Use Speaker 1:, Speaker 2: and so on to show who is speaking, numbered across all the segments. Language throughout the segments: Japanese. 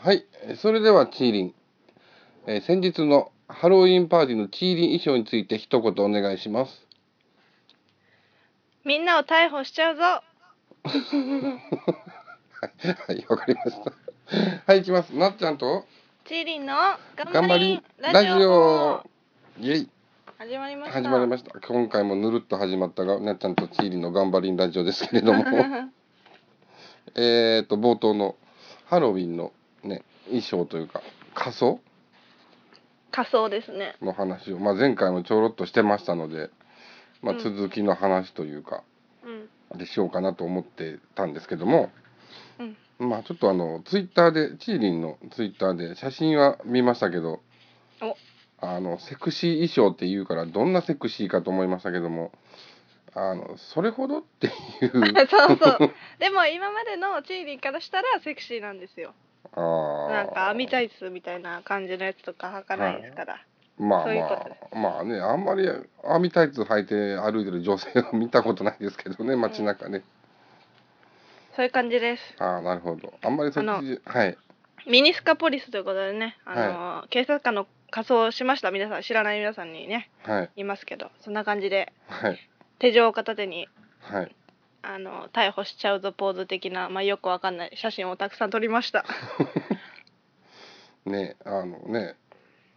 Speaker 1: はい、えーそれではチーリン、えー先日のハロウィンパーティーのチーリン衣装について一言お願いします。
Speaker 2: みんなを逮捕しちゃうぞ
Speaker 1: はい、わかりました。 はい、行きます。なっちゃんと
Speaker 2: チーリンの
Speaker 1: 頑
Speaker 2: 頑張
Speaker 1: 張
Speaker 2: り
Speaker 1: り
Speaker 2: ラ
Speaker 1: ラ
Speaker 2: ジ
Speaker 1: ジ
Speaker 2: オ
Speaker 1: オ。イェイ
Speaker 2: 始まりました
Speaker 1: 始まりました。今回もぬるっと始まったが、なっちゃんとチーリンの頑張りんラジオですけれど も、えっと冒頭のハロウィンのね衣装というか仮装
Speaker 2: 仮装ですね
Speaker 1: の話を、まあ、前回もちょろっとしてましたので、まあ、続きの話というか、
Speaker 2: うん
Speaker 1: でしようかなと思ってたんですけども、
Speaker 2: うん
Speaker 1: まあちょっとあのツイッターでチーリンのツイッターで写真は見ましたけど
Speaker 2: お
Speaker 1: あのセクシー衣装って言うからどんなセクシーかと思いましたけどもあのそれほどっていう
Speaker 2: そうそうでも今までのチーリンからしたらセクシーなんですよ
Speaker 1: あー
Speaker 2: なんか網タイツみたいな感じのやつとか履かないですから、
Speaker 1: まあ
Speaker 2: そういうこ
Speaker 1: ま
Speaker 2: とで
Speaker 1: あまあねあんまり網タイツ履いて歩いてる女性を見たことないですけどね街中ね、
Speaker 2: そういう感じです
Speaker 1: ああなるほどあんまりそっ
Speaker 2: あ
Speaker 1: ちはい
Speaker 2: ミニスカポリスということでねあの、警察官の仮装をしました皆さん知らない皆さんにね
Speaker 1: はい
Speaker 2: いますけどそんな感じで
Speaker 1: はい
Speaker 2: 手錠を片手に
Speaker 1: はい
Speaker 2: あの逮捕しちゃうぞポーズ的な、まあ、よくわかんない写真をたくさん撮りました
Speaker 1: ねあのね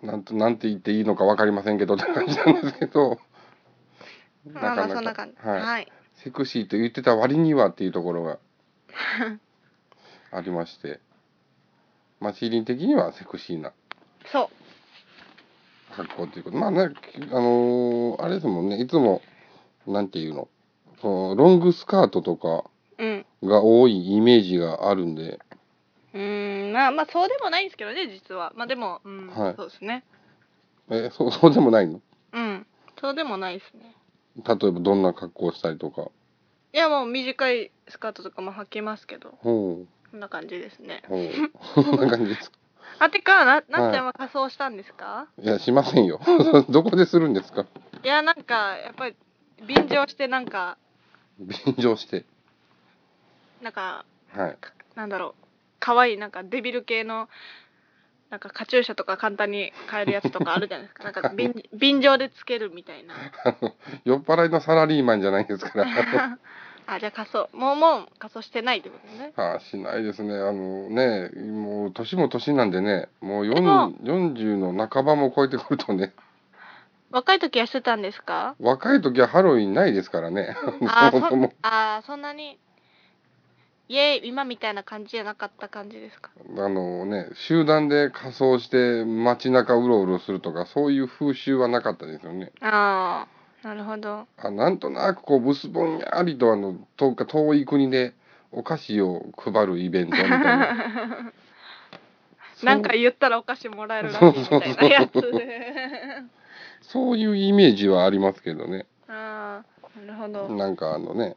Speaker 1: なんとなんて言っていいのか分かりませんけどって感じなんですけど
Speaker 2: まあまあそんな感じ
Speaker 1: はい
Speaker 2: はい、
Speaker 1: セクシーと言ってた割にはっていうところがありましてまあシーリン的にはセクシーな
Speaker 2: そう
Speaker 1: 格好ということまあねあのーあれですもんねいつもなんていうのこうロングスカートとか
Speaker 2: うん
Speaker 1: が多いイメージがあるんで
Speaker 2: うーんまあまあそうでもないんですけどね実はまあでも、うん
Speaker 1: はい
Speaker 2: そうですね
Speaker 1: えそうそうでもないの
Speaker 2: うんそうでもないですね
Speaker 1: 例えばどんな格好をしたりとか
Speaker 2: いやもう短いスカートとかも履けますけど
Speaker 1: ほ
Speaker 2: こんな感じですね
Speaker 1: う ほうそんな感じですか
Speaker 2: あてかななっちゃんは仮装したんですか、
Speaker 1: いや、しませんよ。 どこでするんですか
Speaker 2: いやなんかやっぱり便乗してなんか
Speaker 1: 便乗して。
Speaker 2: なんか
Speaker 1: はい。
Speaker 2: かなんだろう可愛いなんかデビル系のなんかカチューシャとか簡単に買えるやつとかあるじゃないですかなんか 便便乗でつけるみたいな
Speaker 1: あの、酔っ払いのサラリーマンじゃないですから。
Speaker 2: あじゃあ仮装もうもう仮装してないってことね
Speaker 1: あしないですね。あのね、もう年も年なんでね、もう
Speaker 2: でも
Speaker 1: 4 40の半ばも超えてくるとね、
Speaker 2: 若い時はしてたんですか
Speaker 1: 若い時はハロウィンないですからね。
Speaker 2: あー
Speaker 1: そもそも
Speaker 2: そあーそんなにイエーイ今みたいな感じじゃなかった感じですか
Speaker 1: あのね、集団で仮装して街中うろうろするとか、そういう風習はなかったですよね。
Speaker 2: ああなるほど
Speaker 1: あなんとなくこうブスぼんやりとあの遠か遠い国でお菓子を配るイベントみたい なそう
Speaker 2: なんか言ったらお菓子もらえるらしいみたいなやつ
Speaker 1: そうそうそそういうイメージはありますけどね
Speaker 2: ああなるほど
Speaker 1: なんかあのね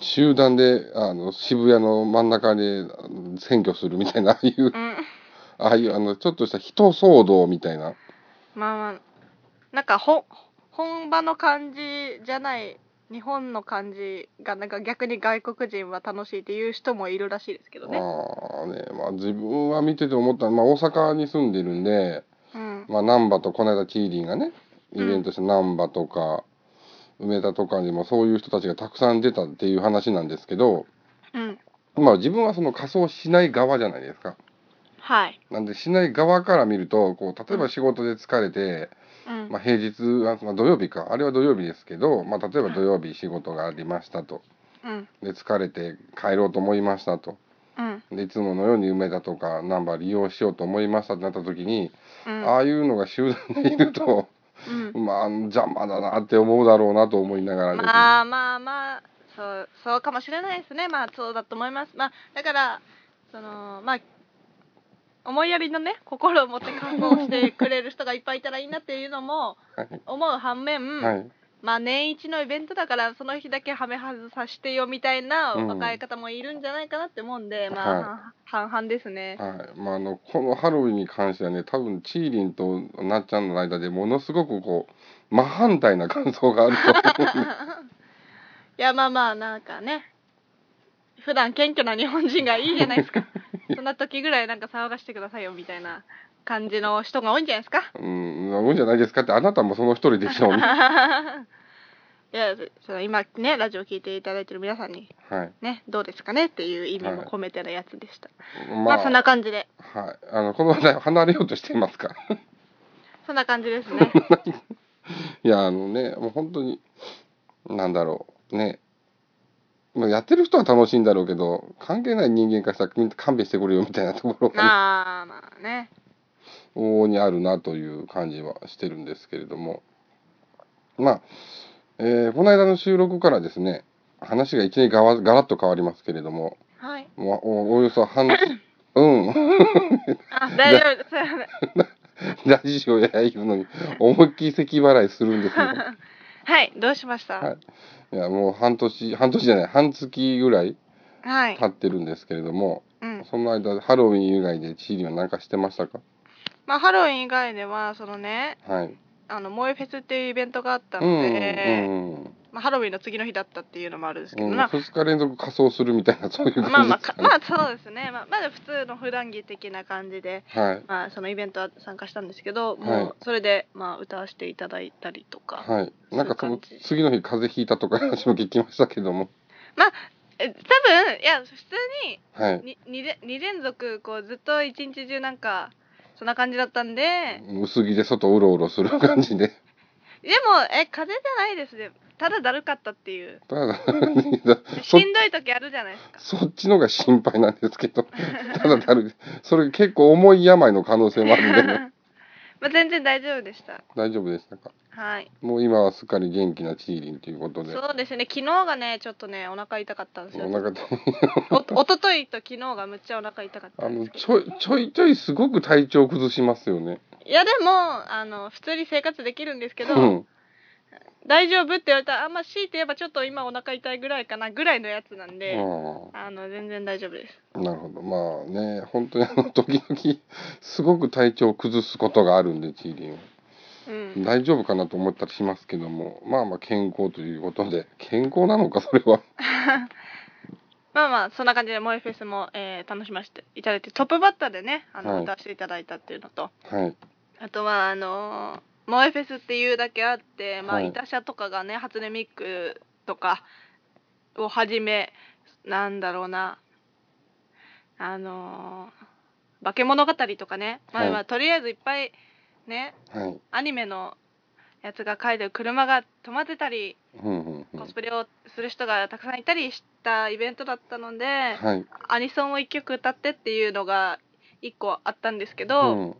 Speaker 1: 集団であの渋谷の真ん中であの選挙するみたいなああいう
Speaker 2: うん
Speaker 1: ああいうあのちょっとした人騒動みたいな
Speaker 2: まあまあなんかほ本場の感じじゃない日本の感じがなんか逆に外国人は楽しいっていう人もいるらしいですけどね
Speaker 1: ああねまあ自分は見てて思ったのは、まあ、大阪に住んでるんで
Speaker 2: うん
Speaker 1: まあ、難波とこの間チーリンがねイ
Speaker 2: うん
Speaker 1: ベントして難波とか梅田とかにもそういう人たちがたくさん出たっていう話なんですけど、
Speaker 2: うん
Speaker 1: まあ、自分はその仮装しない側じゃないですか。
Speaker 2: はい
Speaker 1: なんでしない側から見るとこう例えば仕事で疲れて、
Speaker 2: うん、
Speaker 1: まあ、平日は、まあ、土曜日かあれは土曜日ですけど、まあ、例えば土曜日仕事がありましたと
Speaker 2: うん
Speaker 1: で疲れて帰ろうと思いましたと
Speaker 2: うん
Speaker 1: でいつものように梅田とか難波利用しようと思いましたってなった時に、
Speaker 2: うん
Speaker 1: ああいうのが集団でいると。
Speaker 2: うん
Speaker 1: まあ邪魔だなって思うだろうなと思いながらですね、
Speaker 2: まあまあまあそうそうかもしれないですねまあそうだと思いますまあだからそのまあ思いやりのね心を持って感動してくれる人がいっぱいいたらいいなっていうのも
Speaker 1: はい
Speaker 2: 思う反面、
Speaker 1: はい
Speaker 2: まあ年一のイベントだからその日だけはめ外させてよみたいな
Speaker 1: うん
Speaker 2: 若い方もいるんじゃないかなって思うんで、ま
Speaker 1: はい
Speaker 2: あ半々ですね。
Speaker 1: はいまあ、あのこのハロウィンに関してはね多分チーリンとなっちゃんの間でものすごくこう真反対な感想があると思うんで
Speaker 2: いやまあまあなんかね普段謙虚な日本人がいいじゃないですかそんな時ぐらいなんか騒がしてくださいよみたいな感じの人が多いんじゃないですか
Speaker 1: うん、なもんじゃないですかって、あなたもその一人でしょうね。
Speaker 2: いやその今ねラジオ聞いていただいてる皆さんに
Speaker 1: はい。
Speaker 2: ねどうですかねっていう意味も込めてのやつでした、ま
Speaker 1: ま
Speaker 2: あ、
Speaker 1: あ、
Speaker 2: そんな感じで
Speaker 1: はい。あの、この話題を離れようとしていますか。
Speaker 2: そんな感じで すね
Speaker 1: いや、あのね、もう本当に、なんだろう。ね。まあやってる人は楽しいんだろうけど、関係ない人間からしたらみんな勘弁してくれよみたいなところがね、
Speaker 2: まあまあね
Speaker 1: 往々にあるなという感じはしてるんですけれども。まあ、えーこの間の収録からですね、話が一年がわガラッと変わりますけれども、
Speaker 2: はい
Speaker 1: まあ、おおよそ半 年、うん、
Speaker 2: あ大丈夫ですそうだね
Speaker 1: ラジオやいうのに思いっきり咳払いするんですよ。
Speaker 2: はいどうしました
Speaker 1: は、
Speaker 2: はい
Speaker 1: いやもう半年半年じゃない半月ぐらい
Speaker 2: い、
Speaker 1: 経ってるんですけれども、
Speaker 2: うん
Speaker 1: その間ハロウィン以外でチーリは何かしてましたか
Speaker 2: まあハロウィン以外ではそのね
Speaker 1: はい
Speaker 2: あの萌えフェスっていうイベントがあった
Speaker 1: う
Speaker 2: の
Speaker 1: ん
Speaker 2: で、
Speaker 1: うんうん
Speaker 2: まあ、ハロウィンの次の日だったっていうのもあるんですけど、
Speaker 1: うん、
Speaker 2: な
Speaker 1: 2日連続仮装するみたいなそういう感じ
Speaker 2: まあまあ
Speaker 1: です
Speaker 2: か
Speaker 1: かね
Speaker 2: まあそうですね、まあ、まだ普通の普段着的な感じで、
Speaker 1: はい
Speaker 2: まあ、そのイベントは参加したんですけ
Speaker 1: は
Speaker 2: ど、も
Speaker 1: いう
Speaker 2: それで、まあ、歌わせていただいたりとか、
Speaker 1: はいなんかその
Speaker 2: そういう感じ
Speaker 1: 次の日風邪ひいたとか話も聞きましたけども
Speaker 2: え多分いや普通
Speaker 1: はい
Speaker 2: に 2, 二連続こうずっと一日中なんかそんな感じだったんで
Speaker 1: 薄着で外うろうろする感じ で
Speaker 2: でもえ風邪じゃないですねただだるかったっていう
Speaker 1: ただ
Speaker 2: し
Speaker 1: そ
Speaker 2: んどい時あるじゃないですか
Speaker 1: そっちのが心配なんですけどただだるそれ結構重い病の可能性もあるんでね
Speaker 2: まあ全然大丈夫でした
Speaker 1: 大丈夫でしたか
Speaker 2: はい
Speaker 1: もう今はすっかり元気なチーリンということで。
Speaker 2: そうですね昨日がねちょっとねお腹痛かったんですよ
Speaker 1: お腹
Speaker 2: おおとといと昨日がむっちゃお腹痛かっ た
Speaker 1: あ
Speaker 2: んで
Speaker 1: の
Speaker 2: すけど
Speaker 1: ちょいちょいちょいすごく体調崩しますよね。
Speaker 2: いやでもあの普通に生活できるんですけど、
Speaker 1: うん。
Speaker 2: 大丈夫って言われたらあんま強いて言えばちょっと今お腹痛いぐらいかなぐらいのやつなんで、
Speaker 1: あ
Speaker 2: あの全然大丈夫です
Speaker 1: あ、なるほど。まあね、本当にあの時々すごく体調を崩すことがあるんでチーリンは
Speaker 2: うん
Speaker 1: 大丈夫かなと思ったりしますけども、まあまあ健康ということで健康なのかそれは。
Speaker 2: まあまあそんな感じで萌えフェスも、えー楽しませていただいてトップバッターでねあの、
Speaker 1: はい
Speaker 2: 歌わせていただいたっていうのと
Speaker 1: はい。
Speaker 2: あとはあのー萌えフェスっていうだけあってまあ、
Speaker 1: はい
Speaker 2: イタシャとかがね初音ミックとかをはじめなんだろうなあのー化け物語とかね、まあ
Speaker 1: はい
Speaker 2: まあとりあえずいっぱいね
Speaker 1: はい。
Speaker 2: アニメのやつが書いてる車が止まってたり
Speaker 1: うんうんうん
Speaker 2: コスプレをする人がたくさんいたりしたイベントだったので、
Speaker 1: はい。
Speaker 2: アニソンを1曲歌ってっていうのが1個あったんですけ
Speaker 1: う
Speaker 2: ど、
Speaker 1: ん。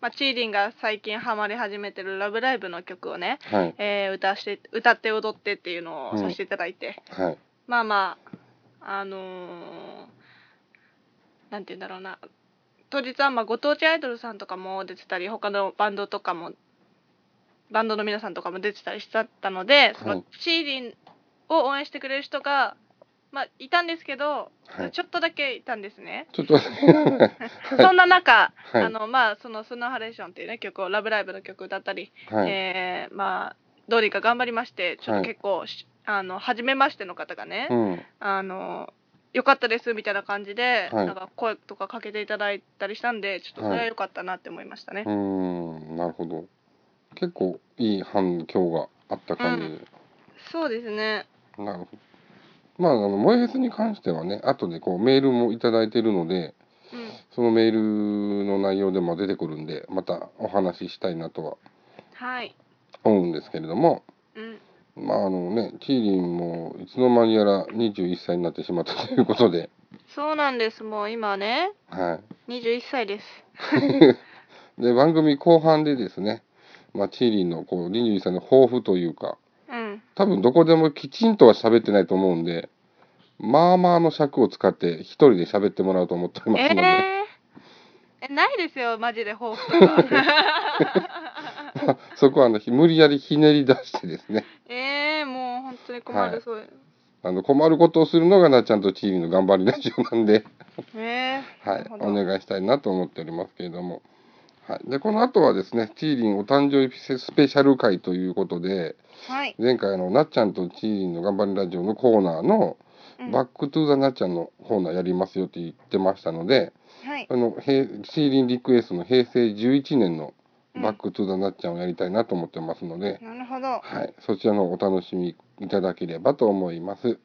Speaker 2: まあ、チーリンが最近ハマり始めてる「ラブライブ!」の曲をね、
Speaker 1: はい。
Speaker 2: えー歌わして歌って踊ってっていうのをさせていただいて、
Speaker 1: はい。
Speaker 2: まあまああのーなんて言うんだろうな当日はまあご当地アイドルさんとかも出てたり他のバンドとかもバンドの皆さんとかも出てたりしちゃったのでそ
Speaker 1: はい
Speaker 2: のシーリンを応援してくれる人が、まあ、いたんですけど、
Speaker 1: はい。
Speaker 2: ちょっとだけいたんですね。
Speaker 1: ちょっと待って。
Speaker 2: そんな中、
Speaker 1: はい
Speaker 2: あのまあそのスノーハレーションっていうね曲をラブライブの曲だったり、
Speaker 1: はい。
Speaker 2: えーまあどうにか頑張りましてちょっと結構し、あの初めましての方がね、
Speaker 1: うん。
Speaker 2: あの、良かったですみたいな感じで、
Speaker 1: はい
Speaker 2: なんか声とかかけていただいたりしたんで、ちょっとそれは良かったなって思いましたね。
Speaker 1: うーんなるほど結構いい反響があった感じで、
Speaker 2: そうですね。
Speaker 1: なるほどまああの「萌えフェス」に関してはね後でこうメールもいただいてるので
Speaker 2: うん。
Speaker 1: そのメールの内容でも出てくるんでまたお話ししたいなとは
Speaker 2: はい。
Speaker 1: 思うんですけれども
Speaker 2: うん。
Speaker 1: まああのねチーリンもいつの間にやら21歳になってしまった ということで
Speaker 2: そうなんです。もう今ね、
Speaker 1: はい
Speaker 2: 21歳です。
Speaker 1: で番組後半でですね、まあ、チーリンのこう21歳の抱負というか
Speaker 2: うん。
Speaker 1: 多分どこでもきちんとは喋ってないと思うんで、まあまあの尺を使って一人で喋ってもらおうと思っておりますので、
Speaker 2: えー、え、ないですよ、マジで抱負と か。
Speaker 1: そこはあのひ無理やりひねり出してですね、
Speaker 2: えー、もう本当に困る、
Speaker 1: はい
Speaker 2: そういう。
Speaker 1: あの困ることをするのがなっちゃんとチーリーの頑張りラジオなんで、
Speaker 2: えー、
Speaker 1: はい、お
Speaker 2: い。
Speaker 1: 願いしたいなと思っておりますけれども、はい、でこの後はですね、チーリンお誕生日スペシャル会ということで、
Speaker 2: はい。
Speaker 1: 前回あのなっちゃんとチーリンの頑張りラジオのコーナーの、
Speaker 2: うん
Speaker 1: バックトゥーザなっちゃんのコーナーやりますよって言ってましたので、
Speaker 2: はい
Speaker 1: あの、へいシーリンリクエストの平成11年のバックトゥーザなっちゃんをやりたいなと思ってますので、
Speaker 2: なるほど
Speaker 1: はい、そちらのお楽しみいただければと思います。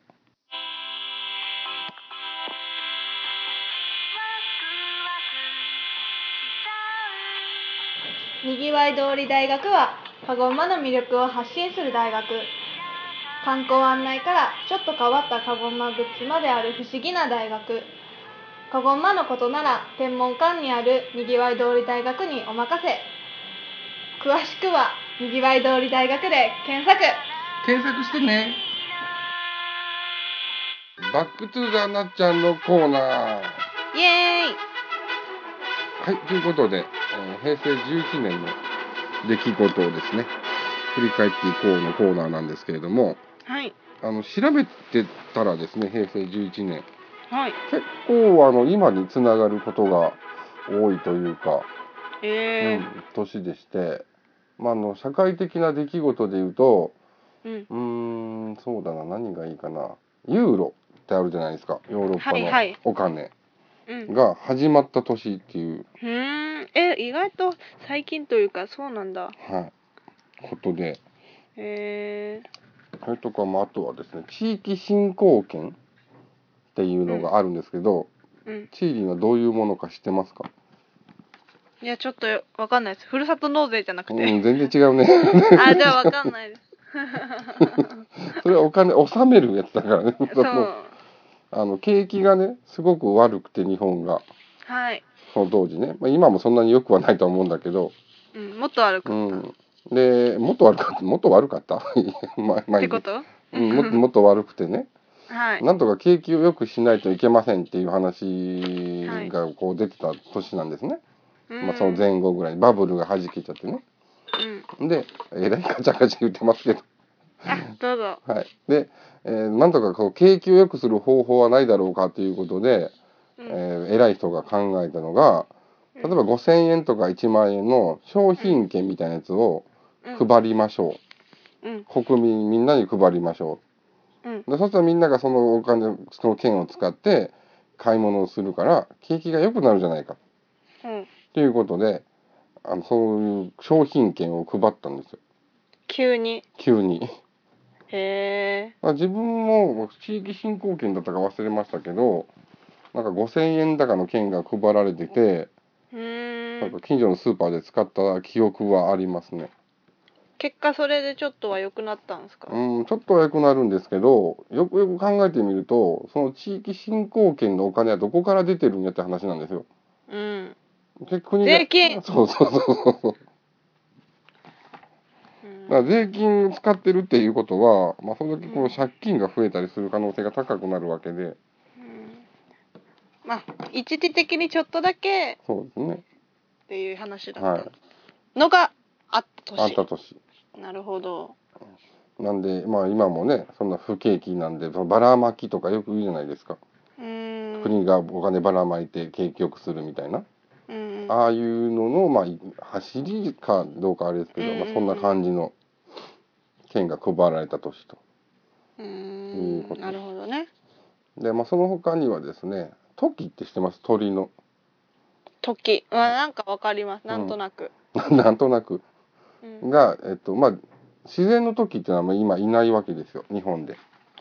Speaker 2: にぎわい通り大学はカゴ馬の魅力を発信する大学観光案内からちょっと変わったカゴ馬グッズまである不思議な大学カゴ馬のことなら天文館にあるにぎわい通り大学にお任せ詳しくはにぎわい通り大学で検索
Speaker 1: 検索してね。バックトゥザなっちゃんのコーナー。
Speaker 2: イエーイ
Speaker 1: はい、ということで、えー平成11年の出来事をですね、振り返っていこうのコーナーなんですけれども、
Speaker 2: はい
Speaker 1: あの、調べてたらですね、平成11年、
Speaker 2: はい
Speaker 1: 結構あの、今につながることが多いというか、
Speaker 2: え
Speaker 1: うん年でして、まあ、あの、社会的な出来事で言うと、
Speaker 2: うん
Speaker 1: うーん、そうだな、何がいいかな。ユーロってあるじゃないですか。ヨーロッパ
Speaker 2: はいはい
Speaker 1: のお金
Speaker 2: うん
Speaker 1: が始まった年っていう、
Speaker 2: うんえ意外と最近というかそうなんだ
Speaker 1: はい、ことで。
Speaker 2: え
Speaker 1: それとかも、あとはですね、地域振興券っていうのがあるんですけど、
Speaker 2: うん
Speaker 1: チーリンはどういうものか知ってますか、
Speaker 2: いやちょっとわかんないですふるさと納税じゃな
Speaker 1: う
Speaker 2: くて、
Speaker 1: ん、全然違うね。
Speaker 2: あ、じゃあわかんないです。
Speaker 1: それはお金納めるやつだからね。
Speaker 2: そ
Speaker 1: の
Speaker 2: う。
Speaker 1: あの景気がね、すごく悪くて日本が、
Speaker 2: はい。
Speaker 1: その当時ね。まあ、今もそんなに良くはないとは思うんだけど、
Speaker 2: うん、もっと悪く
Speaker 1: う
Speaker 2: っ
Speaker 1: ん、でもっと悪かったもっと悪かった まあまあい
Speaker 2: て
Speaker 1: い
Speaker 2: こと
Speaker 1: うん、もっともっと悪くてね、
Speaker 2: はい。
Speaker 1: なんとか景気を良くしないといけませんっていう話がこう出てた年なんですね、まあ、その前後ぐらいにバブルが弾けちゃってね
Speaker 2: うん。
Speaker 1: でえらいガチャガチャ言ってますけど、
Speaker 2: あ、どうぞ。
Speaker 1: はい、で、えーなんとかこう景気を良くする方法はないだろうかということで、
Speaker 2: うん
Speaker 1: えー偉い人が考えたのが例えば5,000円とか1万円の商品券みたいなやつを
Speaker 2: うん。
Speaker 1: 配りましょう。
Speaker 2: うん。
Speaker 1: 国民みんなに配りましょ
Speaker 2: うん。
Speaker 1: うでそうするとみんながそのお金その券を使って買い物をするから景気が良くなるじゃないか
Speaker 2: うん。
Speaker 1: ということであのそういう商品券を配ったんですよ
Speaker 2: 急に。
Speaker 1: 急に
Speaker 2: へえ。
Speaker 1: あ自分も地域振興券だったか忘れましたけどなんか5,000円高の券が配られてて
Speaker 2: う
Speaker 1: なん
Speaker 2: ー
Speaker 1: か
Speaker 2: ん。
Speaker 1: 近所のスーパーで使った記憶はありますね
Speaker 2: 結果それでちょっとは良くなったんですか
Speaker 1: うん、ちょっとは良くなるんですけどよくよく考えてみるとその地域振興券のお金はどこから出てるんやって話なんですよ。
Speaker 2: うん。
Speaker 1: で国が
Speaker 2: 税金
Speaker 1: そうそうそうそうそう。
Speaker 2: うん
Speaker 1: だから税金使ってるっていうことは、まあ、その時この借金が増えたりする可能性が高くなるわけで
Speaker 2: まあ、一時的にちょっとだけ
Speaker 1: そうですね
Speaker 2: っていう話だ
Speaker 1: は
Speaker 2: っ
Speaker 1: い
Speaker 2: たのがあった
Speaker 1: あっ
Speaker 2: 年。
Speaker 1: た年。
Speaker 2: なるほど。
Speaker 1: なんでまあ今もねそんな不景気なんでそのばらまきとかよく言うじゃないですか、
Speaker 2: うーん。
Speaker 1: 国がお金ばらまいて景気よくするみたいな。
Speaker 2: うん。
Speaker 1: ああいうのの、まあ、い走りかどうかあれですけど、
Speaker 2: うんうんうん
Speaker 1: まあ、そんな感じの券が配られた年と。
Speaker 2: う
Speaker 1: いい
Speaker 2: ん
Speaker 1: こと
Speaker 2: なるほどね。
Speaker 1: で、まあ、その他にはですね、トキって知ってます鳥の。
Speaker 2: 時。はなんかわかります。なんとなく。
Speaker 1: なんとなく。
Speaker 2: うん
Speaker 1: が、えっと、まあ、自然の時っていうのはもう今いないわけですよ、日本で。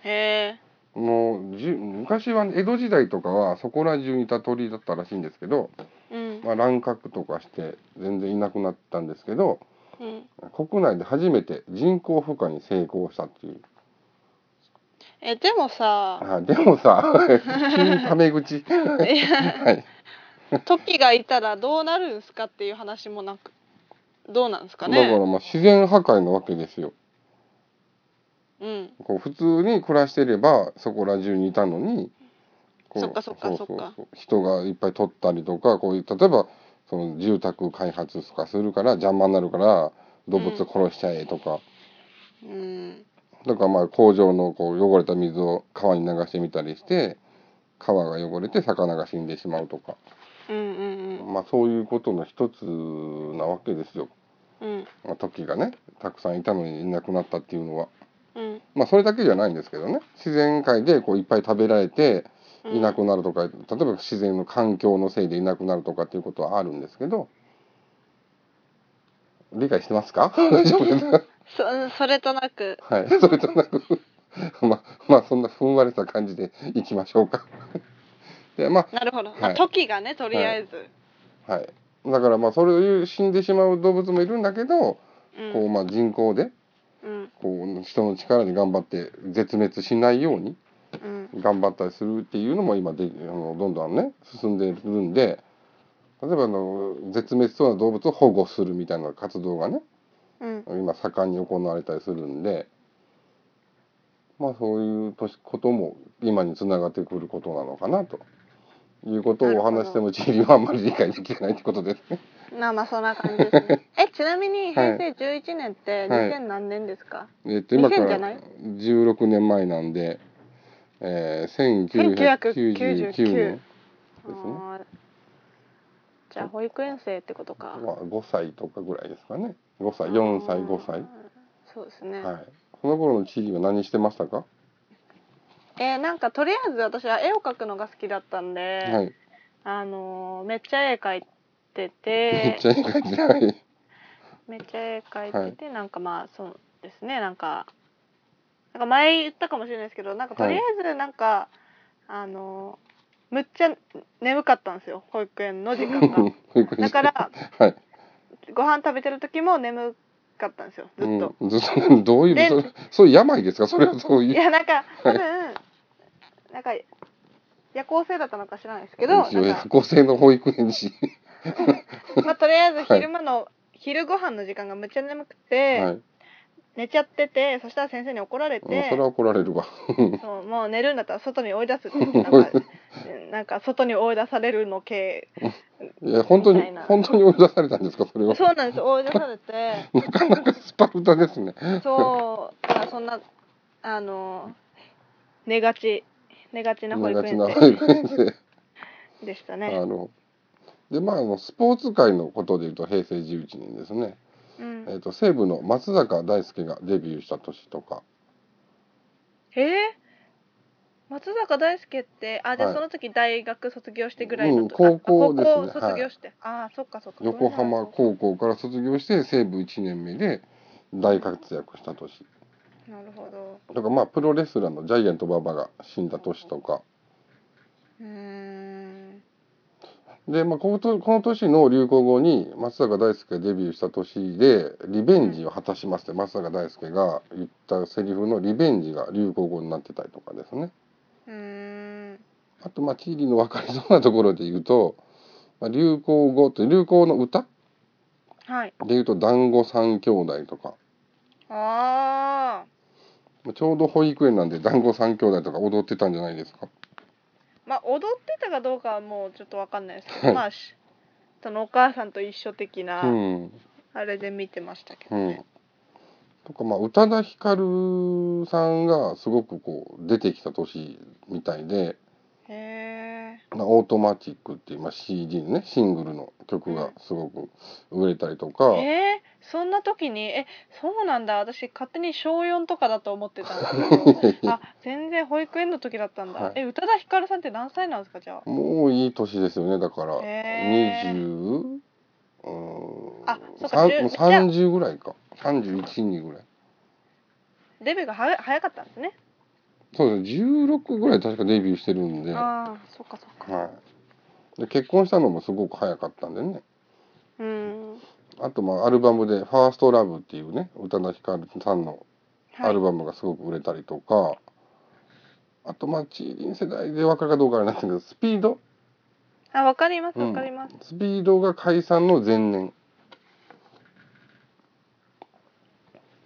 Speaker 2: へえ。
Speaker 1: もう、じゅ昔はね、江戸時代とかはそこら中にいた鳥だったらしいんですけど、
Speaker 2: うん。
Speaker 1: まあ、乱獲とかして全然いなくなったんですけど、
Speaker 2: うん。
Speaker 1: 国内で初めて人工孵化に成功したっていう。
Speaker 2: え、でもさ、
Speaker 1: あでもさ 急にタメ口はい
Speaker 2: トキがいたらどうなるんすかっていう話もなく、どうなんすか
Speaker 1: だから
Speaker 2: ね。
Speaker 1: まあ自然破壊なわけですよ
Speaker 2: うん。
Speaker 1: こう普通に暮らしてればそこら中にいたのにこう
Speaker 2: そっかそっか
Speaker 1: うう
Speaker 2: そっか
Speaker 1: う人がいっぱい取ったりとかこういう例えばその住宅開発とかするから邪魔になるから動物殺しちゃえとか、
Speaker 2: うん。
Speaker 1: だからまあ工場のこう汚れた水を川に流してみたりして川が汚れて魚が死んでしまうとか、
Speaker 2: うんうん
Speaker 1: まあ、そういうことの一つなわけですよ。
Speaker 2: うん。うん。
Speaker 1: まあ、時がねたくさんいたのにいなくなったっていうのは
Speaker 2: うん。
Speaker 1: まあそれだけじゃないんですけどね自然界でこういっぱい食べられていなくなるとか、例えば自然の環境のせいでいなくなるとかっていうことはあるんですけど理解してますか
Speaker 2: そそれとなく
Speaker 1: はいそれとなく まあまあそんなふんわりした感じでいきましょうか でま
Speaker 2: なるほど、ま
Speaker 1: は
Speaker 2: あ、
Speaker 1: い
Speaker 2: 時がねとりあえず、
Speaker 1: あはいだからまあそれを言う死んでしまう動物もいるんだけど、
Speaker 2: うん
Speaker 1: こうまあ人口で
Speaker 2: うん
Speaker 1: こう人の力で頑張って絶滅しないように
Speaker 2: うん
Speaker 1: 頑張ったりするっていうのも今であのどんどんね進んでるんで例えばあの絶滅しそうな動物を保護するみたいな活動がね
Speaker 2: うん
Speaker 1: 今盛んに行われたりするんでまあそういうとしことも今につながってくることなのかなということをお話ししてもチーリはあんまり理解できてないってことですね。
Speaker 2: まあまあそんな感じ ですねえちなみに
Speaker 1: は
Speaker 2: 平
Speaker 1: い
Speaker 2: 成11年って
Speaker 1: はい
Speaker 2: 2000何年ですか、
Speaker 1: えっと今か
Speaker 2: 2000じゃな
Speaker 1: ら
Speaker 2: い
Speaker 1: 16年前なんで、えー、1999
Speaker 2: 1999
Speaker 1: 年。
Speaker 2: あ
Speaker 1: ですね
Speaker 2: ーじゃあ保育園生ってことか
Speaker 1: まあ、5歳とかぐらいですかね5歳4歳5歳
Speaker 2: そうですね、
Speaker 1: はいその頃のチリは何してましたか、
Speaker 2: えーなんかとりあえず私は絵を描くのが好きだったんで、
Speaker 1: はい
Speaker 2: あのーめっちゃ絵描いて
Speaker 1: め
Speaker 2: て
Speaker 1: っちゃ絵描いてない
Speaker 2: めっちゃ絵描いてて、なんかまあそうですねなんかなんか前言ったかもしれないですけどなんかとりあえずなんか、あのむっちゃ眠かったんですよ保育園の時間 がだから
Speaker 1: はい
Speaker 2: ご飯食べてる時も眠かったんですよずっと、
Speaker 1: うん、ずっとどういう
Speaker 2: で
Speaker 1: それそういう病ですかそれ はそうい
Speaker 2: いうやなんか多分、なんか夜行性だったのか知らないですけど、
Speaker 1: 一応
Speaker 2: なん
Speaker 1: 夜
Speaker 2: か
Speaker 1: 行性の保育園児
Speaker 2: まあ、とりあえず
Speaker 1: はい
Speaker 2: 昼間の、昼ご飯の時間がむっちゃ眠く
Speaker 1: は
Speaker 2: て、
Speaker 1: い、うん、
Speaker 2: 寝ちゃっててそしたら先生に怒られ
Speaker 1: そ
Speaker 2: て、
Speaker 1: れは怒られるわ
Speaker 2: そうもう寝るんだったら外に追 い出すってなんかなんか外に追い出されるの系
Speaker 1: いや本当に
Speaker 2: みたいな
Speaker 1: 本当に追い出されたんですかそれは
Speaker 2: そうなんです追い出されて
Speaker 1: なかなかスパルタですね
Speaker 2: そうまあそんなあの寝がち寝がちな保
Speaker 1: が
Speaker 2: 育
Speaker 1: ち
Speaker 2: 園
Speaker 1: な保
Speaker 2: 生
Speaker 1: 育園 生
Speaker 2: でした
Speaker 1: あ
Speaker 2: ね、
Speaker 1: のでまああのスポーツ界のことでいうと平成11年ですね
Speaker 2: うん、
Speaker 1: えー、と西武の松坂大輔がデビューした年とか
Speaker 2: えー、松坂大輔ってあじゃ
Speaker 1: は
Speaker 2: あ
Speaker 1: い
Speaker 2: その時大学卒業してぐらい
Speaker 1: うん
Speaker 2: のと、あ
Speaker 1: 高校ですね
Speaker 2: あ高校卒業して、ああそっかそっか
Speaker 1: 横浜
Speaker 2: こ
Speaker 1: 高校から卒業して西武1年目で大活躍した年
Speaker 2: なるほど
Speaker 1: だからまあプロレスラーのジャイアント馬場が死んだ年とか
Speaker 2: うーん
Speaker 1: で、まあ、このとこの年の流行語に松坂大輔がデビューした年で「リベンジを果たします」って松坂大輔が言ったセリフの「リベンジ」が流行語になってたりとかですね
Speaker 2: うーん
Speaker 1: あとまあ地理の分かりそうなところで言うと、まあ、流行語って流行の歌
Speaker 2: はい
Speaker 1: でいうと「団子三兄弟」とか
Speaker 2: ああ
Speaker 1: ちょうど保育園なんで団子三兄弟とか踊ってたんじゃないですか
Speaker 2: まあ踊ってたかどうかはもうちょっとわかんないですけどまあしそのお母さんと一緒的
Speaker 1: う
Speaker 2: なんあれで見てましたけど
Speaker 1: う
Speaker 2: ね
Speaker 1: ん、とかまあ宇多田ヒカルさんがすごくこう出てきた年みたいで
Speaker 2: へえ
Speaker 1: 「まあ、オートマチック」っていう、まあ、CD のねシングルの曲がすごく売れたりとか、
Speaker 2: えー、そんな時にえそうなんだ私勝手に小4とかだと思って たんですけどあ全然保育園の時だったんだ、
Speaker 1: はい
Speaker 2: え宇多田ヒカルさんって何歳なんですかじゃあ
Speaker 1: もういい年ですよねだから
Speaker 2: へー
Speaker 1: 20うん
Speaker 2: あそうか
Speaker 1: さん
Speaker 2: じゅう
Speaker 1: もう
Speaker 2: じゃあ
Speaker 1: 30ぐらいか312ぐらい
Speaker 2: デビューがはや早かったんですね
Speaker 1: そうです16ぐらい確かデビューしてるんで。
Speaker 2: ああそっかそっか
Speaker 1: はい、で結婚したのもすごく早かったんでね
Speaker 2: うん
Speaker 1: あとまあアルバムで「ファーストラブっていうね宇多田ヒカルさんの
Speaker 2: は
Speaker 1: ア
Speaker 2: い
Speaker 1: ルバムがすごく売れたりとか、あとまあチーリン世代で分かるかどうかあれなんですけどスピード
Speaker 2: あわかります
Speaker 1: うん
Speaker 2: わかります、
Speaker 1: スピードが解散の前年、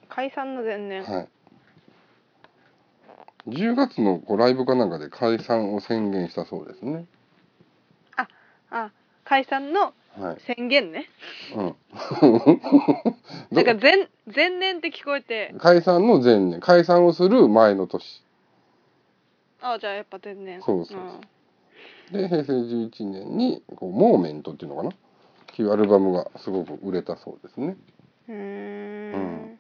Speaker 2: 解散の前年、
Speaker 1: はい、10月のこうライブかなんかで解散を宣言したそうですね
Speaker 2: あ解散の
Speaker 1: はい、
Speaker 2: 宣言ね
Speaker 1: うん、
Speaker 2: なんか前前年って聞こえて
Speaker 1: 解散の前年解散をする前の年
Speaker 2: あじゃあやっぱ前年
Speaker 1: そうそうそうで平成11年にこう「モーメント」っていうのかなっていうアルバムがすごく売れたそうですね
Speaker 2: うんうーん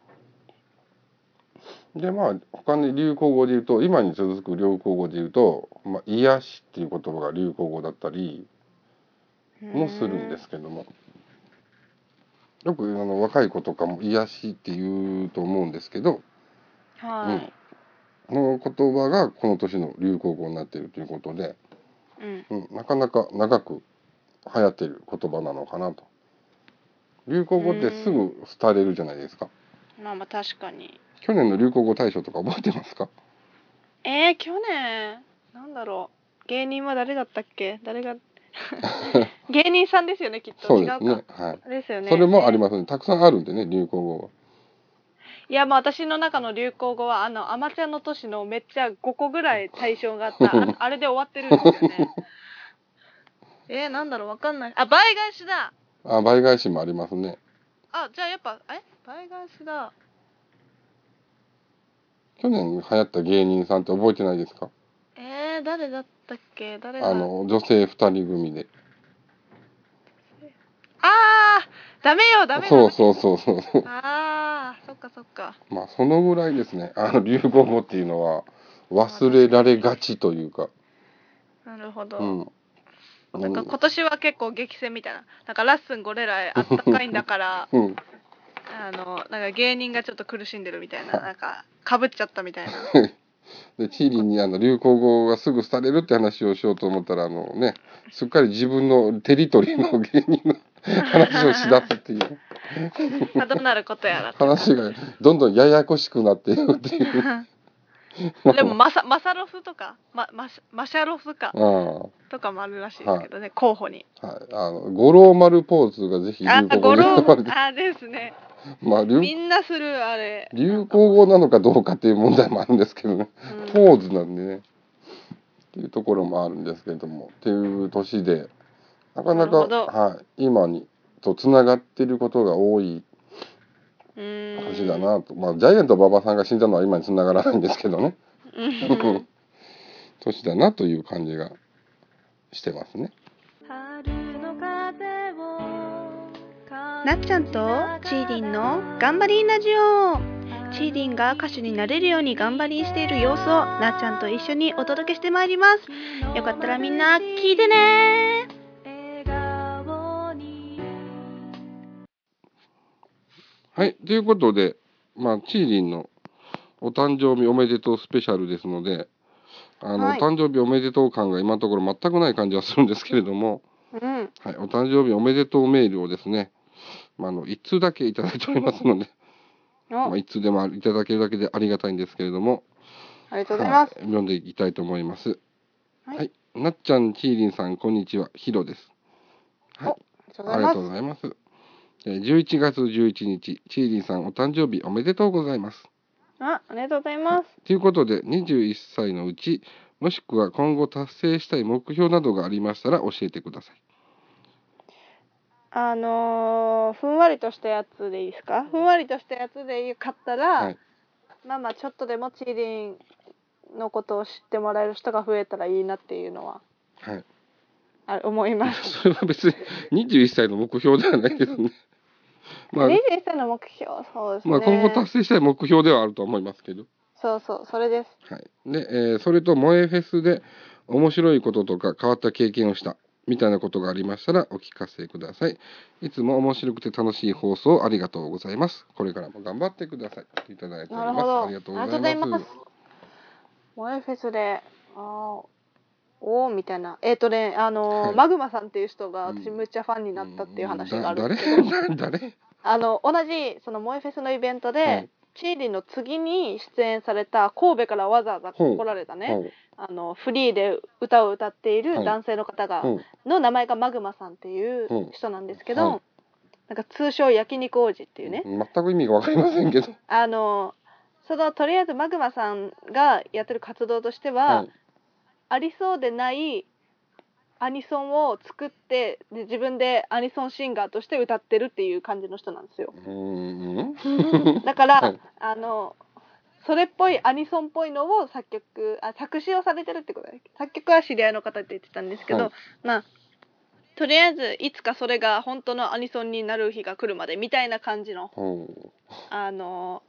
Speaker 1: うんでまあ他に流行語で言うと今に続く流行語で言うと「まあ、癒し」っていう言葉が流行語だったりもするんですけどもよくあの若い子とかも「癒し」って言うと思うんですけど
Speaker 2: うんは
Speaker 1: この言葉がこの年の流行語になっているということで、
Speaker 2: い、うん
Speaker 1: うん、なかなか長く流行っている言葉なのかなと。流行語ってすぐ廃れるじゃないですか。
Speaker 2: まあまあ確かに
Speaker 1: 去年の流行語大賞とか覚えてますか
Speaker 2: えー、去年なんだろう芸人は誰だったっけ 誰が芸人さんですよねきっと
Speaker 1: そう
Speaker 2: 違う
Speaker 1: で
Speaker 2: か
Speaker 1: すね。はい。
Speaker 2: ですよね
Speaker 1: それもありますね。たくさんあるんでね、流行語は。
Speaker 2: いやまあ私の中の流行語はあのアマチュアの年のめっちゃ5個ぐらい対象があったああれで終わってるんですよね えー、なんだろうわかんないあ倍返しだ
Speaker 1: あ、倍返しもありますね。
Speaker 2: あじゃあやっぱえ倍返しだ
Speaker 1: 去年流行った芸人さんって覚えてないですか
Speaker 2: えー、誰だったっけ誰だ
Speaker 1: あの、女性二人組で。
Speaker 2: あーダメよダメだ
Speaker 1: そうそうそうそう。
Speaker 2: あーそっかそっか
Speaker 1: まあ、そのぐらいですね。あの、流行語っていうのは忘れられがちというか。
Speaker 2: なるほど、
Speaker 1: うん。
Speaker 2: なんか今年は結構激戦みたいななんかラッスンゴレラあったかいんだから
Speaker 1: うん。
Speaker 2: あのなんか芸人がちょっと苦しんでるみたいななんかかぶっちゃったみ たいな
Speaker 1: で、チーリンにあの、流行語がすぐ廃れるって話をしようと思ったら、あのね、すっかり自分のテリトリーの芸人の 話をしだすっていう。
Speaker 2: まあどうなることやらと
Speaker 1: 話がどんどんややこしくなっているって いう。
Speaker 2: でもマサマサロフとか、ま、マシマシャロフか
Speaker 1: ああ
Speaker 2: とかもあるらしいですけどね、候補に
Speaker 1: はい、あの五郎丸ポーズがぜひ流
Speaker 2: あ
Speaker 1: 行
Speaker 2: 五
Speaker 1: 語に
Speaker 2: 郎
Speaker 1: 選ばれて、
Speaker 2: あですね
Speaker 1: まあ、流
Speaker 2: みんなするあれ
Speaker 1: 流行語なのかどうかっていう問題もあるんですけどね、
Speaker 2: うん
Speaker 1: ポーズなんでねっていうところもあるんですけれどもっていう年でなかなか
Speaker 2: なるほど
Speaker 1: はい、今にとつながっていることが多いう
Speaker 2: ーん
Speaker 1: 年だなと、まあ、ジャイアント馬場さんが死んだのは今につながらないんですけどね
Speaker 2: うん
Speaker 1: 年だなという感じがしてますね。
Speaker 3: なっちゃんとチーリンの頑張りんラジオチーリンが歌手になれるように頑張りんしている様子をなっちゃんと一緒にお届けしてまいりますよかったらみんな聞いてね
Speaker 1: はい、ということで、まあ、チーリンのお誕生日おめでとうスペシャルですので、あの、
Speaker 2: はい
Speaker 1: お誕生日おめでとう感が今のところ全くない感じはするんですけれども、
Speaker 2: うん
Speaker 1: はい、お誕生日おめでとうメールをですね、まあ、あの、一通だけいただいておりますので、まあ、
Speaker 2: お
Speaker 1: 一通でもいただけるだけでありがたいんですけれども、
Speaker 2: ありがとうございます
Speaker 1: はい読んでいきたいと思います。
Speaker 2: はい
Speaker 1: はい、なっちゃん、チーリンさん、こんにちは、ヒロです。
Speaker 2: あり
Speaker 1: あり
Speaker 2: が
Speaker 1: が
Speaker 2: と
Speaker 1: と
Speaker 2: う
Speaker 1: うご
Speaker 2: ござい
Speaker 1: ざいます。えー11月11日、チーリンさんお誕生日おめでとうございます。
Speaker 2: ますあありがとうございます
Speaker 1: ということで、21歳のうち、もしくは今後達成したい目標などがありましたら教えてください。
Speaker 2: あのーふんわりとしたやつでいいですかふんわりとしたやつでよかったら、
Speaker 1: はい、
Speaker 2: まあまあちょっとでもチーリンのことを知ってもらえる人が増えたらいいなっていうのは
Speaker 1: はい、
Speaker 2: あ思います。
Speaker 1: それは別に21歳の目標ではないです ね。まあ、
Speaker 2: 21歳の目標そうですね。
Speaker 1: まあ今後達成したい目標ではあると思いますけど。
Speaker 2: そうそうそれです。
Speaker 1: はい、で、えーそれと萌えフェスで面白いこととか変わった経験をしたみたいなことがありましたらお聞かせください。いつも面白くて楽しい放送ありがとうございます。これからも頑張ってください。といただいてお
Speaker 2: な
Speaker 1: りま
Speaker 2: るほ
Speaker 1: す。あ
Speaker 2: ど。
Speaker 1: りがとうございます。
Speaker 2: モエフェスで、あーおーみたいなえっ、とねあのー
Speaker 1: はい
Speaker 2: マグマさんっていう人が
Speaker 1: うん
Speaker 2: 私むっちゃファンになったっていう話があるん
Speaker 1: だ
Speaker 2: ですけど、
Speaker 1: 誰 誰
Speaker 2: あの同じそのモエフェスのイベントで、
Speaker 1: はい
Speaker 2: チーリンの次に出演された神戸からわざわざ来られたね、
Speaker 1: ほう
Speaker 2: あのフリーで歌を歌っている男性の方が、
Speaker 1: ほう
Speaker 2: の名前がマグマさんっていう
Speaker 1: うん
Speaker 2: 人なんですけ
Speaker 1: は
Speaker 2: ど、なんか通称焼肉王子っていうね、
Speaker 1: 全く意味がわかりませんけ ど。
Speaker 2: あのそのとりあえずマグマさんがやってる活動としては、
Speaker 1: はい
Speaker 2: ありそうでないアニソンを作ってで自分でアニソンシンガーとして歌ってるっていう感じの人なんで すよ
Speaker 1: うーん。
Speaker 2: だから、
Speaker 1: はい
Speaker 2: あのそれっぽいアニソンっぽいのを作曲あ作詞をされてるってことだね作曲は知り合いの方って言ってたんですけど、
Speaker 1: はい
Speaker 2: まあとりあえずいつかそれが本当のアニソンになる日が来るまでみたいな感じの
Speaker 1: ほ
Speaker 2: あの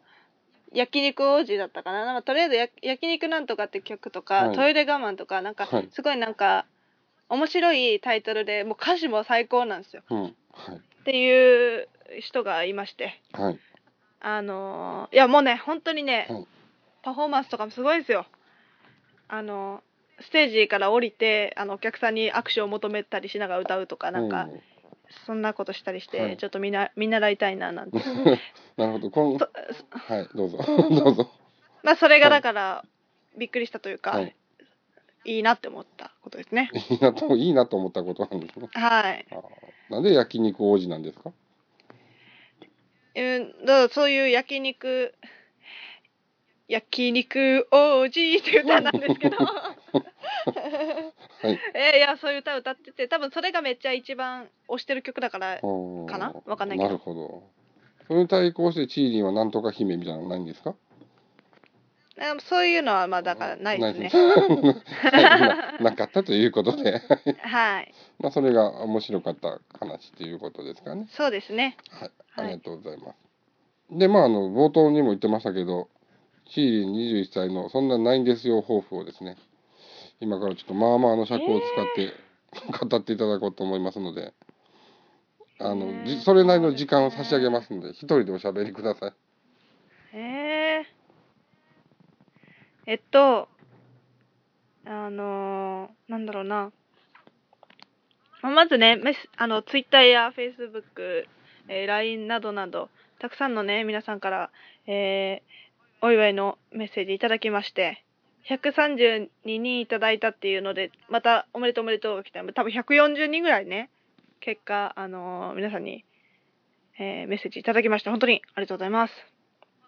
Speaker 2: 焼肉王子だったかななんかとりあえずや焼肉なんとかって曲とか、
Speaker 1: はい
Speaker 2: トイレ我慢とかなんか
Speaker 1: はい
Speaker 2: すごいなんか面白いタイトルでもう歌詞も最高なんですよ
Speaker 1: うんはい
Speaker 2: っていう人がいまして
Speaker 1: はい
Speaker 2: あのーいやもうね本当にね、
Speaker 1: はい
Speaker 2: パフォーマンスとかもすごいですよあのステージから降りてあのお客さんに握手を求めたりしながら歌うとかなんか、
Speaker 1: うん
Speaker 2: そんなことしたりして、
Speaker 1: はい
Speaker 2: ちょっと見な見習いたいななんて
Speaker 1: なるほどこの
Speaker 2: そ
Speaker 1: はいどうぞどうぞ
Speaker 2: まあそれがだからびっくりしたというか、
Speaker 1: はいい、
Speaker 2: いなって思ったことですね
Speaker 1: いいなといいなと思ったことなんですね
Speaker 2: はい、
Speaker 1: あー なんで焼肉王子なんですか
Speaker 2: うん、だからそういう焼肉焼肉王子っていう歌なんですけど
Speaker 1: はい
Speaker 2: えーいやそういう歌歌ってて多分それがめっちゃ一番推してる曲だから
Speaker 1: か
Speaker 2: なわかんないけ
Speaker 1: な
Speaker 2: ど
Speaker 1: るほどそれに対抗してチーリンはなんとか姫みたいなのないんですか
Speaker 2: あそういうのはまあだからないです ね。
Speaker 1: はいななかったということで
Speaker 2: はい、
Speaker 1: まあそれが面白かった話ということですかね
Speaker 2: そうですね。
Speaker 1: はい、
Speaker 2: は
Speaker 1: あ
Speaker 2: い
Speaker 1: りがとうございます。で、まあ、あの、冒頭にも言ってましたけど、シーリン21歳の、そんなんないんですよ、抱負をですね、今からちょっとまあまあの尺を使って、語っていただこうと思いますので、あの、
Speaker 2: ねえ
Speaker 1: じそれなりの時間を差し上げますので、一人でおしゃべりください。
Speaker 2: えー、えっと、あのーなんだろうな。まあまずね、メスあの、ツイッターやフェイスブック、えー、LINE などなど、たくさんのね、皆さんから、えーお祝いのメッセージいただきまして、132人いただいたっていうので、またおめでとうおめでとうが来た。多分140人ぐらいね、結果、あのー皆さんに、えーメッセージいただきまして、本当にありがとうございます。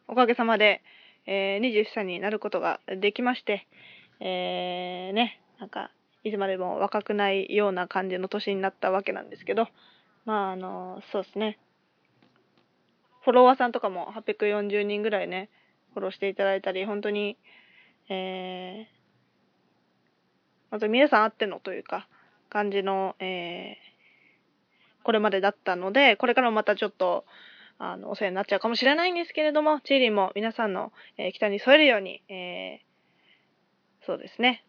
Speaker 2: おかげさまで、えー、21歳になることができまして、えー、ね、なんか、いつまでも若くないような感じの年になったわけなんですけど、まあ、あの、そうですね。フォロワーさんとかも840人ぐらいね、フォローしていただいたり、本当に、えー、本当に皆さんあってのというか、感じの、えー、これまでだったので、これからもまたちょっと、あの、お世話になっちゃうかもしれないんですけれども、チーリンも皆さんの、えー期待に添えるように、えーそうですね。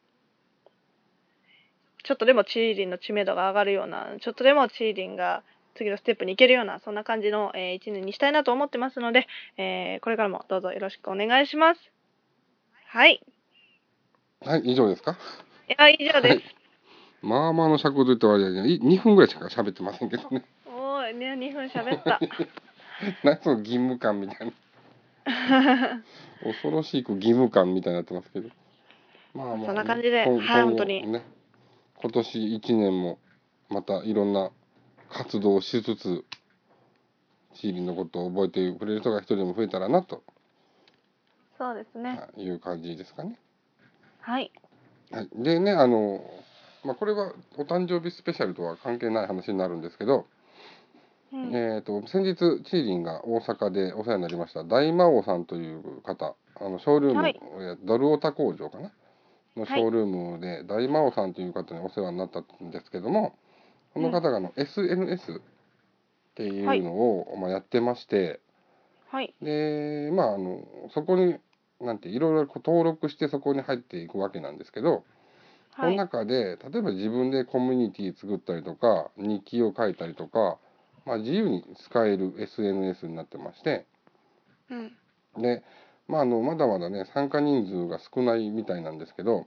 Speaker 2: ちょっとでもチーリンの知名度が上がるような、ちょっとでもチーリンが次のステップに行けるような、そんな感じの、えー一年にしたいなと思ってますので、えーこれからもどうぞよろしくお願いします。はい。
Speaker 1: はい、以上ですか
Speaker 2: いや、以上です。
Speaker 1: まあまあの尺といった割合に、い2分ぐらいしか喋ってませんけどね。
Speaker 2: おーい、ね、2分喋った。
Speaker 1: 何その義務感みたいな。恐ろしく義務感みたいになってますけど。まあ
Speaker 2: そんな感じで
Speaker 1: 今
Speaker 2: は
Speaker 1: 今
Speaker 2: い
Speaker 1: 後
Speaker 2: 本当に
Speaker 1: ね、今年一年もまたいろんな活動をしつつ、シーリンのことを覚えてくれる人が一人でも増えたらなと
Speaker 2: そうですね。
Speaker 1: いう感じですかね。
Speaker 2: はい。
Speaker 1: はい、でねあの、まあ、これはお誕生日スペシャルとは関係ない話になるんですけど、
Speaker 2: うん
Speaker 1: えー、と先日チーリンが大阪でお世話になりました大魔王さんという方あのショールーム、
Speaker 2: はい
Speaker 1: えドルオタ工場かなのシ
Speaker 2: はい
Speaker 1: ョールームで大魔王さんという方にお世話になったんですけどもこの方があの SNS っていうのを、まあ、やってまして
Speaker 2: はい。
Speaker 1: でまああのそこになんていろいろこう登録してそこに入っていくわけなんですけど、そ
Speaker 2: は
Speaker 1: の
Speaker 2: い。
Speaker 1: 中で例えば自分でコミュニティ作ったりとか日記を書いたりとか、まあ、自由に使える SNS になってまして
Speaker 2: うん。
Speaker 1: で、まあ、あのまだまだね参加人数が少ないみたいなんですけど、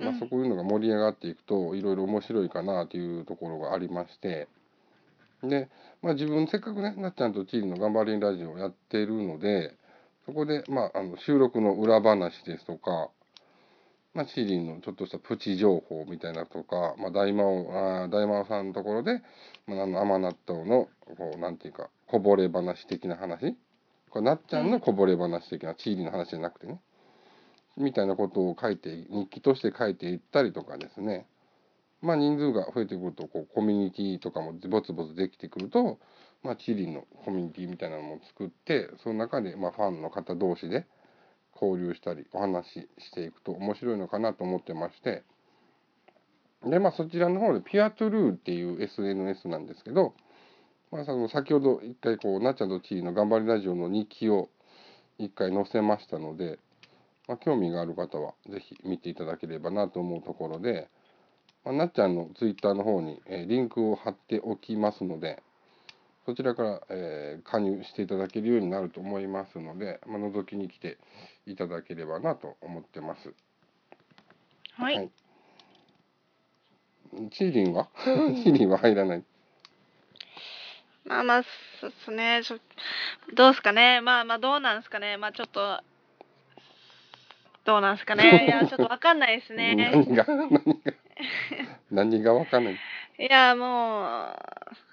Speaker 1: ま
Speaker 2: う
Speaker 1: あ、
Speaker 2: ん
Speaker 1: そういうのが盛り上がっていくといろいろ面白いかなというところがありましてで、まあ、自分せっかくねなっちゃんとチーリの「頑張れんラジオ」やってるのでそこで、まあ、あの収録の裏話ですとか、まあ、チーリンのちょっとしたプチ情報みたいなとか、まあ、大魔王あー大魔王さんのところで、まあ、あの甘納豆のこうなんていうかこぼれ話的な話これなっちゃんのこぼれ話的な、チーリンの話じゃなくてねみたいなことを書いて日記として書いていったりとかですねまあ人数が増えてくるとこうコミュニティとかもぼつぼつできてくると、まあ、チリのコミュニティみたいなのも作ってその中でまあファンの方同士で交流したりお話ししていくと面白いのかなと思ってましてでまあそちらの方でピュアトゥルーっていう SNS なんですけど、まあ、その先ほど一回こうなっちゃんとチリの「頑張りラジオ」の日記を一回載せましたので、まあ、興味がある方はぜひ見ていただければなと思うところで、まあ、なっちゃんのツイッターの方に、えーリンクを貼っておきますのでそちらから、えー加入していただけるようになると思いますので、まあ、覗きに来ていただければなと思ってます。
Speaker 3: はい、
Speaker 1: はいチーリンは チーリンは入らない。
Speaker 2: まあまあそうですねちょどうですかねまあまあどうなんですかねまあちょっとどうなんですか ねいやちょっとわかんないですね
Speaker 1: 何が何が何がわかんない。
Speaker 2: いやもう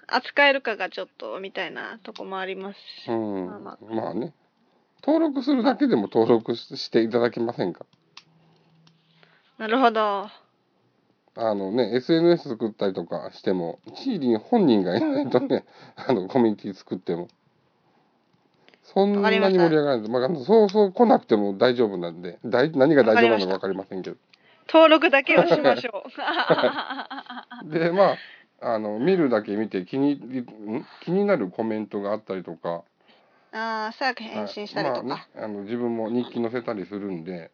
Speaker 2: 扱えるかがちょっとみたいなとこもありますし、
Speaker 1: うん、
Speaker 2: まあま
Speaker 1: まあね登録するだけでも登録ししていただけませんか
Speaker 2: あ、なるほど
Speaker 1: あのね SNS 作ったりとかしてもチーリン本人がいないとね あのコミュニティ作ってもそんなに盛り上がらないですまああのそうそう来なくても大丈夫なんで大何が大丈夫なのか分かりませんけど
Speaker 2: 登録だけをしましょう
Speaker 1: でまああの見るだけ見て気に入りん気になるコメントがあったりとか
Speaker 2: ああ早く返信したりとか、
Speaker 1: まあね、あの自分も日記載せたりするんで、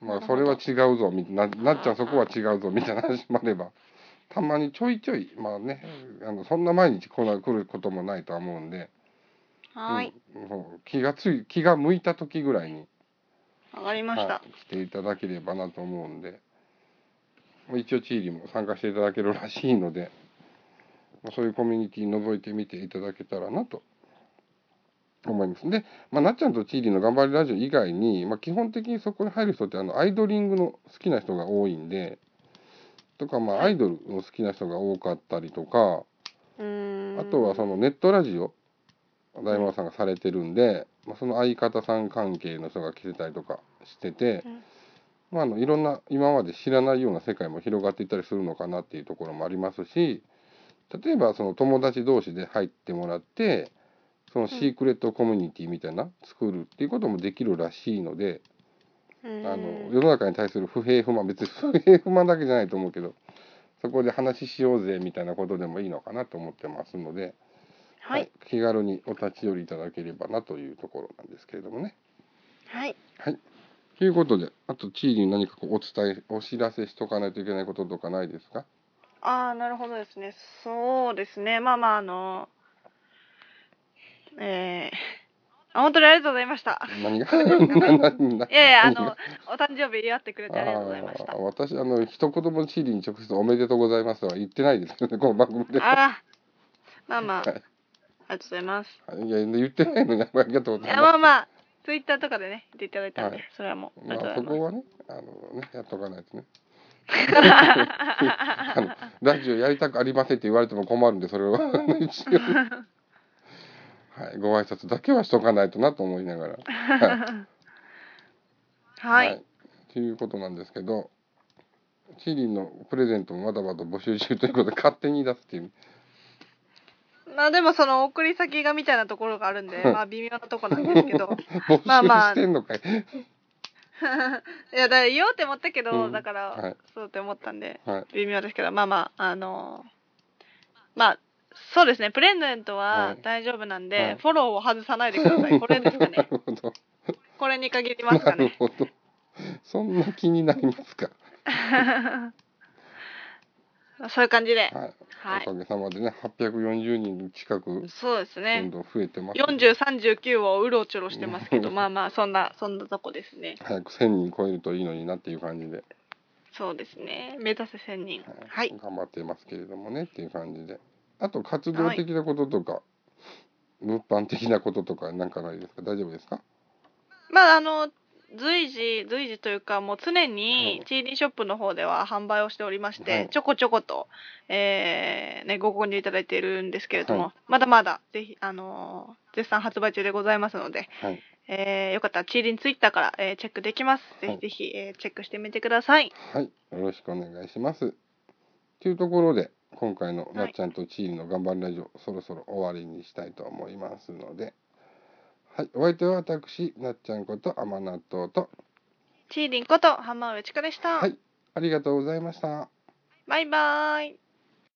Speaker 1: まあ、それは違うぞみななっちゃんそこは違うぞみたいな話もあればたまにちょいちょいまあねあのそんな毎日来な来ることもないとは思うんで、
Speaker 2: はい
Speaker 1: うんそう気がつい気が向いた時ぐらいに、
Speaker 2: わかりました、
Speaker 1: はい来ていただければなと思うんでまあ一応地域も参加していただけるらしいので、まあそういうコミュニティ覗いてみていただけたらなと思います。で、まあ、なっちゃんとチーリーの頑張りラジオ以外に、まあ、基本的にそこに入る人ってあのアイドリングの好きな人が多いんでとか、まあ、アイドルの好きな人が多かったりとか
Speaker 2: うーん
Speaker 1: あとはそのネットラジオ大丸さんがされてるんで、まあ、その相方さん関係の人が来てたりとかしてて、まあ、あのいろんな今まで知らないような世界も広がっていったりするのかなっていうところもありますし例えばその友達同士で入ってもらってそのシークレットコミュニティみたいな作るっていうこともできるらしいので、
Speaker 2: うーん
Speaker 1: あの世の中に対する不平不満別に不平不満だけじゃないと思うけどそこで話しようぜみたいなことでもいいのかなと思ってますので、
Speaker 2: はい
Speaker 1: 気軽にお立ち寄りいただければなというところなんですけれどもね。
Speaker 2: はい
Speaker 1: ということであと地位に何かこうお伝えお知らせしとかないといけないこととかないですか
Speaker 2: ああ、なるほどですね。そうですね。まあまあ、あの、えー、あ本当にありがとうございました。
Speaker 1: 何 が何が
Speaker 2: いやいや、あ
Speaker 1: 何
Speaker 2: の
Speaker 1: が、
Speaker 2: お誕生日祝ってくれてありがとうございました。
Speaker 1: あー
Speaker 2: あ
Speaker 1: 私あの一言も地位に直接「おめでとうございます」とは言ってないですけどねこの番組で。
Speaker 2: あー、まあまあ、
Speaker 1: は
Speaker 2: あ
Speaker 1: い
Speaker 2: りがとうございます。
Speaker 1: いや言ってないのにありがとうご
Speaker 2: い
Speaker 1: ざい
Speaker 2: や、
Speaker 1: ます
Speaker 2: まあ。まあ、ツイッターとかでね、言っていただいたんで、
Speaker 1: はい
Speaker 2: それはもう、あ
Speaker 1: ま
Speaker 2: りが
Speaker 1: あ
Speaker 2: と
Speaker 1: そう
Speaker 2: ござい
Speaker 1: こ
Speaker 2: ま
Speaker 1: はね、あのね、やっとかないとね。 あのラジオやりたくありませんって言われても困るんで、それは 一応。はい、ご挨拶だけはしとかないとなと思いながら。
Speaker 2: す。はい。
Speaker 1: ということなんですけど、チリンのプレゼントもまだまだ募集中ということで、勝手に出すっていう。
Speaker 2: まあでも、その、送り先がみたいなところがあるんで、まあ微妙なとこなんですけ ど。
Speaker 1: 募集
Speaker 2: まあまあ
Speaker 1: してんのかい。
Speaker 2: いや、だから言おうって思ったけど、
Speaker 1: うん
Speaker 2: だから、
Speaker 1: はい
Speaker 2: そうって思ったんで、
Speaker 1: はい
Speaker 2: 微妙ですけど、まあまあ、あのーまあ、そうですね、プレゼント
Speaker 1: は
Speaker 2: はい大丈夫なんで、
Speaker 1: はい
Speaker 2: フォローを外さないでくださ い。これですか
Speaker 1: な
Speaker 2: ね。
Speaker 1: るほど。
Speaker 2: これに限ります
Speaker 1: な
Speaker 2: か
Speaker 1: る
Speaker 2: ね。
Speaker 1: ほど。そんな気になりますか。
Speaker 2: そういう感じ
Speaker 1: は
Speaker 2: で。
Speaker 1: い。
Speaker 2: はい
Speaker 1: おかげさまでね、840人近く、
Speaker 2: そうです
Speaker 1: どん
Speaker 2: ね。
Speaker 1: どん増えてます。
Speaker 2: 40、39をうろちょろしてますけど、
Speaker 1: うん
Speaker 2: まあまあ、そんな、そんなとこですね。
Speaker 1: 早く1000人超えるといいのになっていう感じで、
Speaker 2: そうですね。目指せ1000人。はい。
Speaker 1: 頑張ってますけれどもねっていう感じであと活動的なこととか、物販的なこととかなんかないですか大丈夫ですか
Speaker 2: まあ、あの、随時、随時というか、もう常
Speaker 1: は
Speaker 2: に
Speaker 1: い、
Speaker 2: チーリンショップの方では販売をしておりまして、
Speaker 1: はい
Speaker 2: ちょこちょこと、えー、ね、ご購入いただいているんですけれども、
Speaker 1: はい
Speaker 2: まだまだ、ぜひ、あのー絶賛発売中でございますので、
Speaker 1: はい
Speaker 2: えー、よかったら、チーリンツイッターから、えーチェックできます。ぜ
Speaker 1: は
Speaker 2: ひ
Speaker 1: い
Speaker 2: ぜひ、えーチェックしてみてください。
Speaker 1: はいよろしくお願いしますというところで今回のなっちゃんとチーリの頑張りラジオ、そろそろ終わりにしたいと思いますのではいお相手は私なっちゃんこと甘納豆と
Speaker 2: チーリンこと、浜上千佳でした。
Speaker 1: はいありがとうございました
Speaker 2: バイバーイ。